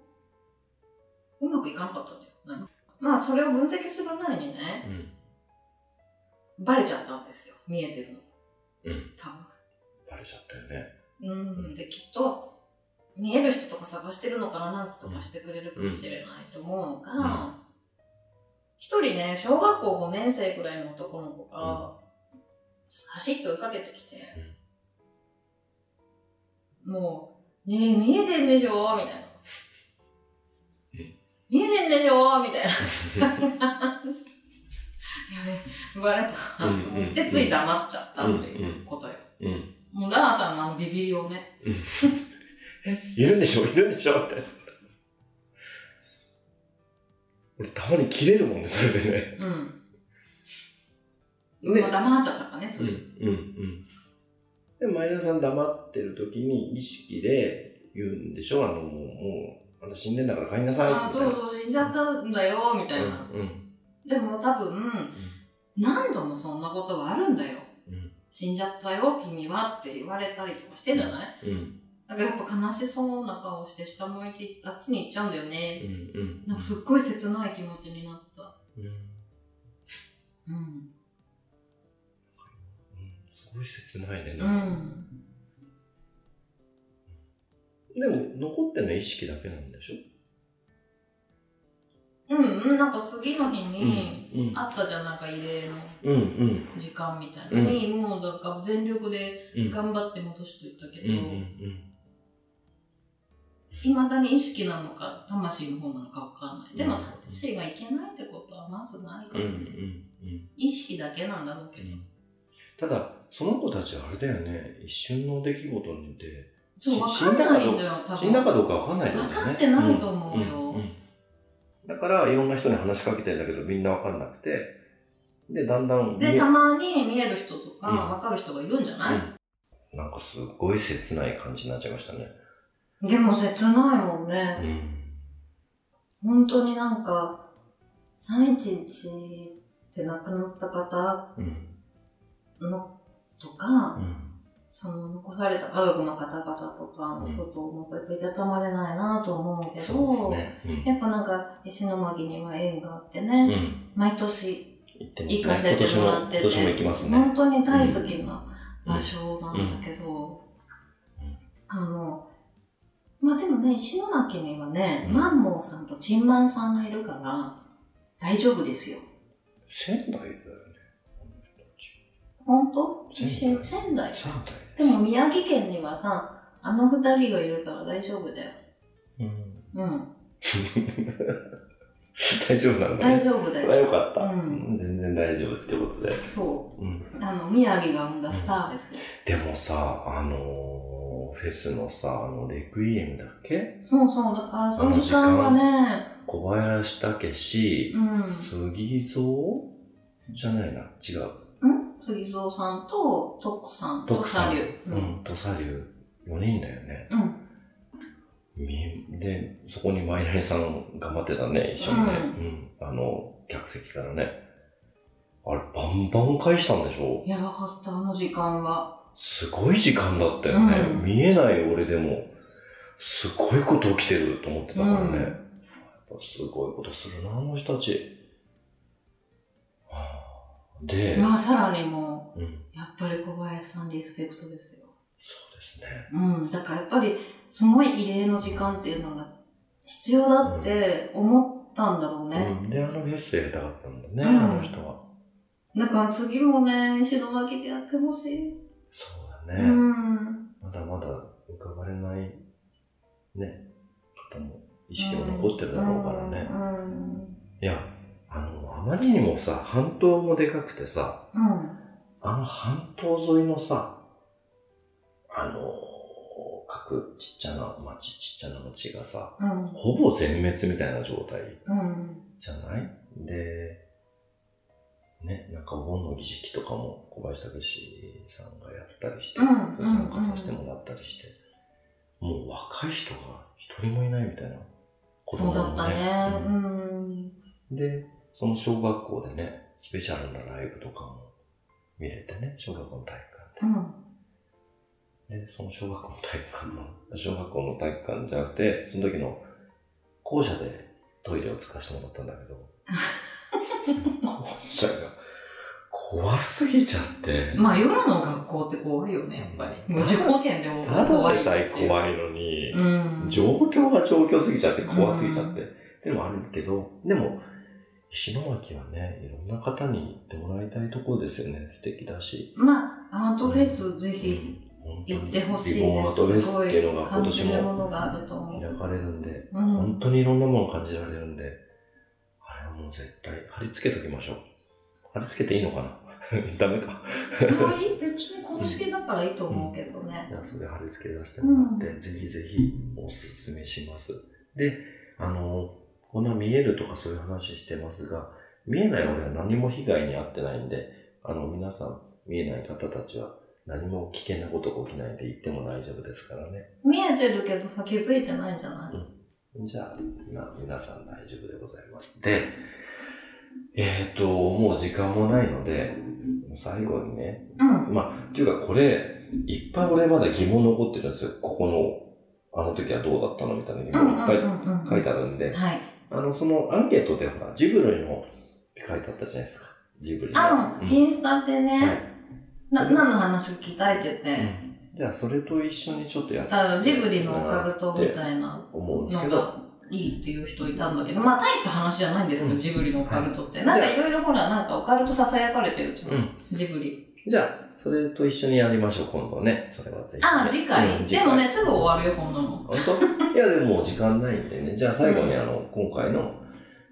うまくいかなかったんだよ。なんかまあそれを分析する前にね、うん。バレちゃったんですよ見えてるのうん。多バレちゃったよね。分うんできっと見える人とか探してるのから何とかしてくれるかもしれないと思うのが、うん一人ね小学校5年生くらいの男の子が、走って追いかけてきて、もう「ねえ見えてんでしょ」みたいなうん「見えてんでしょ」みたいな やべバレたと思ってつい黙っちゃったっていうことよ、うん。もうラーさんのあのビビりをね、いるんでしょ いるんでしょって。俺、たまに切れるもんね、それでね。うん。ねまあ黙っちゃったからね、それ。うんうん。で、前田さん黙ってる時に意識で言うんでしょあの、もう、もう、あんた死んでんだから帰りなさいあ、そうう。そう、死んじゃったんだよ、みたいな。うんうん。でも多分、何度もそんなことはあるんだよ。うん死んじゃったよ、君はって言われたりとかしてんじゃないうん。なんかやっぱ悲しそうな顔して下向いてあっちに行っちゃうんだようね。ん。うん。なんかすっごい切ない気持ちになった。うん。うん。すごい切ないね。うなんかん。でも、残ってるのは意識だけなんでしょうん、うん、なんか次の日うに、うん。あったじゃん、なんか異例のうん。うん。時間みたいなのに、もうなんか全力でうん。頑張って戻していったけうん。うど、ん。いまだに意識なのか魂の方なのかわかんないでもうん魂がいけないってことはまずないかうん。うん。うらん。ね、うん。意識だけなんだろうけど、ただ、その子たちはあれだよね。一瞬の出来事にて、ちょっとわかんないんだよ多死んだ分かどうかわかんないんだよね。わかってないと思うよんんだから、いろんな人に話しかけてんだけど、みんなわかんなくて、で、だんだん見えでたまに見える人とかうんわかる人がいるんじゃない、うんなんかすごい切ない感じになっちゃいましたね。でも切ないもんうね、ん。本当になんか311って亡くなった方うん。のとか、うん。その残された家族の方々とかのことをもうやっぱいたたまれないなと思うけど、そうですね。やっぱなんか、石巻には縁があってうん。ね、うん。毎年、行って行かせてもらってて今年も、今年も行きますね。本当に大好きな場所なんだけど、うんうんあの、まあでもね、石巻にはね、うんマンモーさんとチンマンさんがいるから、大丈夫ですよ。仙台だよね。本当仙石台仙台。仙台。でも宮城県にはさ、あの二人がいるから大丈夫だよ。うん。うん。 大丈夫なんだ大ね。丈夫だそれはよ。よかった。うんうん全然大丈夫ってことで。そうん。う。あの、宮城が生んだスターですよ。でもさ、あのーフェスのさ、あの、レクイエムだっけそうそう、だからその時間がね、小林武史、うん杉蔵じゃないな、違う。ん杉蔵さんと、徳さんと徳さん佐流。う。ん、土佐流4人だよね。うん。みで、そこにマイナリさん頑張ってたね、一緒にね。うん。あの、客席からね。あれ、バンバン返したんでしょやばかった、あの時間は。すごい時間だったよね。うん見えない俺でも、すごいこと起きてると思ってたからね。うんやっぱすごいことするな、あの人たち。はあで、まあ、さらにもうん、う、やっぱり小林さんリスペクトですよ。そうですね。うん。だからやっぱり、すごい異例の時間っていうのが必要だって思ったんだろうね。うん、で、あのゲストやりたかったんだね、うんあの人は。だから次もね、石巻でやってほしい。そううだね。ん。まだまだ浮かばれない、ね、方も意識も残ってるだろうからね。うん。いや、あの、あまりにもさ、半島もでかくてさ、うん。あの半島沿いのさ、あの、各ちっちゃな町、ちっちゃな町がさ、うん。ほぼ全滅みたいな状態うん。じゃないで、ね、なんかお盆の儀式とかも小林武史さんがやったりして、うん参加させてもらったりして、もう若い人が一人もいないみたいな子そうだ供っもたねね。うん。うんで、その小学校でね、スペシャルなライブとかも見れてね、小学校の体育う館ん。で。で、その小学校の体育館の、小学校の体育館じゃなくて、その時の校舎でトイレを使わせてもらったんだ けど、校舎が怖すぎちゃって。まあ夜の学校って怖いよね、やっぱり。無受講点でもただでさえい怖いのに、っていう。うん。状況が状況すぎちゃって、怖すぎちゃって。でもあるけど、でも、石巻はね、いろんな方に行ってもらいたいところですよね。素敵だし。まあ、アートフェスぜうひん本当に行ってほしいリボンでアす。ートフェスすっごていうのが今感年じるもものがあると思う。開かれるんで、う本ん。当にいろんなものを感じられるんで、あれはもう絶対貼り付けときましょう。貼り付けていいのかな ダメか。まあいい別に公式だからいいと思うけどね。じゃあそれ貼り付け出してもらって、ぜひぜひおすすめします。で、あの、こんな見えるとかそういう話してますが、見えない俺は何も被害に遭ってないんで、あの皆さん、見えない方たちは何も危険なことが起きないで言っても大丈夫ですからね。見えてるけどさ、気づいてないんじゃないじゃあ、な皆さん大丈夫でございます。で、えっ、と、もう時間もないので、最後にね、うん。まあ、っていうかこれ、いっぱい俺まだ疑問残ってるんですよ。ここの、あの時はどうだったのみたいな疑うん問うんがういっぱいんうん。書いてあるんで、はい。あの、そのアンケートでほら、ジブリのって書いてあったじゃないですか。ジブリの。あうの、んインスタではね、いな、何の話を聞きたいって言っうて、んじゃあ、それと一緒にちょっとやってただジブリのオカルトみたいな思うんですけのど、がいいっていう人いたんだけど、まあ大した話じゃないんですよ、うんジブリのオカルトって。なんかいろいろほら、なんかオカルト囁かれてるじゃん、うんジブリ。じゃあ、それと一緒にやりましょう、今度ね。それはぜひね、ああ、次回。うんでもね、すぐ終わるよ、こんなの。本当いや、 でももう時間ないんでね。じゃあ最後にあの、今回の、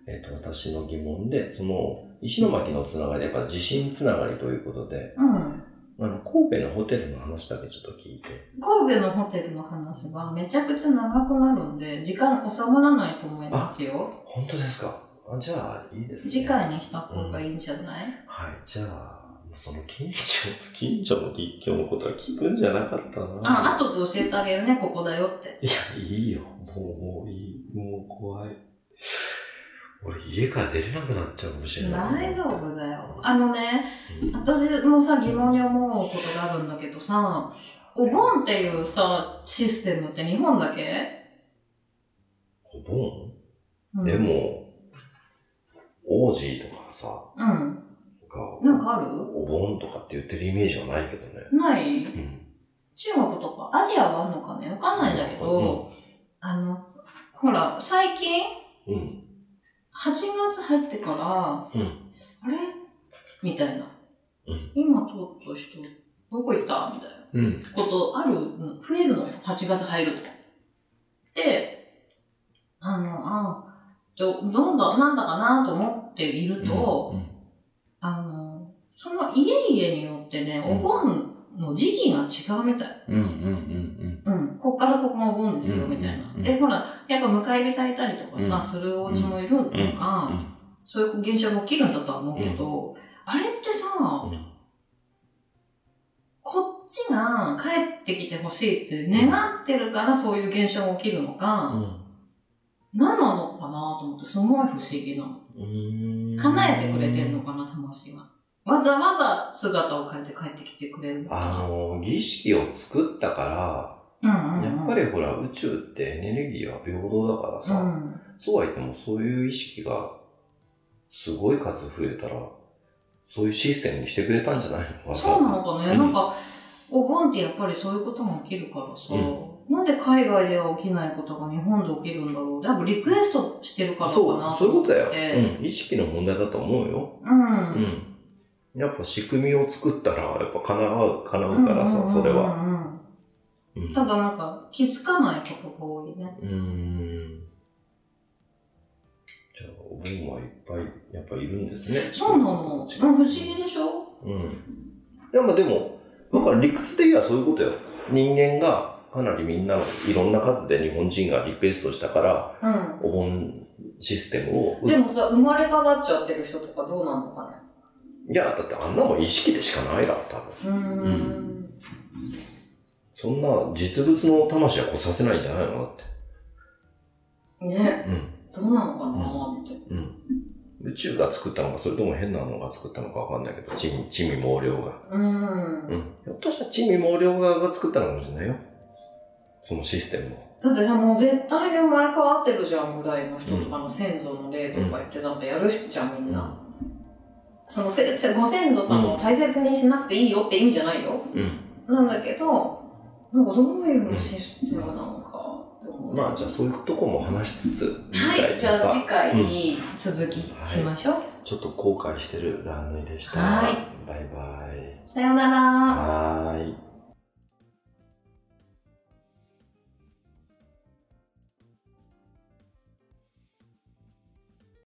えっ、と、私の疑問で、その、石巻のつながり、やっぱ地震つながりということで、うん。あの、神戸のホテルの話だけちょっと聞いて。神戸のホテルの話はめちゃくちゃ長くなるんで、時間収まらないと思いますよ。本当ですかあじゃあ、いいですね。次。回にした方がいいんじゃない、はい、じゃあ、もうその近所、 近所の立教のことは聞くんじゃなかったな。あ、あとで教えてあげるね、ここだよって。いや、いいよ。もう、もういい。もう怖い。俺、家から出れなくなっちゃうかもしれない。大丈夫だよ。あのね、うん私もさ、疑問に思うことがあるんだけどさ、お盆っていうさ、システムって日本だけ、お盆うん、で。も、王子とかさ、うん。がなんかあるお盆とかって言ってるイメージはないけどね。ないうん。中国とかアジアはあるのかねわかんないんだけど、あの、ほら、最近、うん。 8月入ってから、うんあれみたいな。うん今通った人、どこ行ったみたいうな。ん。ことある、増えるのよ。8月入ると。で、あの、あど、どんだ、なんだかなと思っていると、うん、あの、その家々によってね、お盆の時期が違うみたい。うん、うん、うん、うん、こっからここもお盆ですよ、うんみたいなう。んで、ほら、やっぱ迎え火炊いたりとかうさ、んするお家もいるとか、うん。そういう現象が起きるんだとは思うけど、あれってさ、うんこっちが帰ってきてほしいって願ってるからそういう現象が起きるのうか、ん何なのかなと思ってすごい不思議なの。うん叶えてくれてんのかな、魂が。わざわざ姿を変えて帰ってきてくれるのあかの儀式を作ったから、な。うんうんうん、やっぱりほら宇宙ってエネルギーは平等だからうさ、ん。そうは言ってもそういう意識がすごい数増えたらそういうシステムにしてくれたんじゃないのわざわそうざなのかね、うんなんか、お盆ってやっぱりそういうことも起きるからさ、うなんで海外では起きないことが日本で起きるんだろう。やっぱリクエストしてるからかそうなそういうことだ思ってよ、うん、意識の問題だと思うよ、うん。うんやっぱ仕組みを作ったらやっぱ叶う叶うからさ、うんうんうんうそんれは、。うん、ただなんか、気づかないことが多いね。うーんじゃあ、お盆はいっぱい、やっぱいるんですね。そうなの。不思議でしょうん。でも、でも、だから理屈で言えばそういうことよ。人間が、かなりみんな、いろんな数で日本人がリクエストしたから、うん。お盆システムを。でもさ、生まれ変わっちゃってる人とかどうなのかね。いや、だってあんなもん意識でしかないだろ、多分。うーん。うそんな実物の魂は来させないんじゃないのだって。ね、うん。どうなのかなって。宇宙が作ったのか、それとも変なのが作ったのかわかんないけど、地味、地味猛量が。うん。うん。ひょっとしたら地味毛量側が作ったのかもしれないよ。そのシステムを。だってさ、もう絶対に生まれ変わってるじゃんぐらいの人とかの先祖の霊とか言ってなんかやるじゃん、みんな。そのせせご先祖様を大切にしなくていいよって意味じゃないよ。うん。なんだけど、なんかどういうシステムなのかって思うねまあ、じゃあそういうとこも話しつつ、はい、じやっゃあぱ次回に続きしましょう。ちょっと後悔してるランヌイでした。はバイバイ。さようなら。はーい。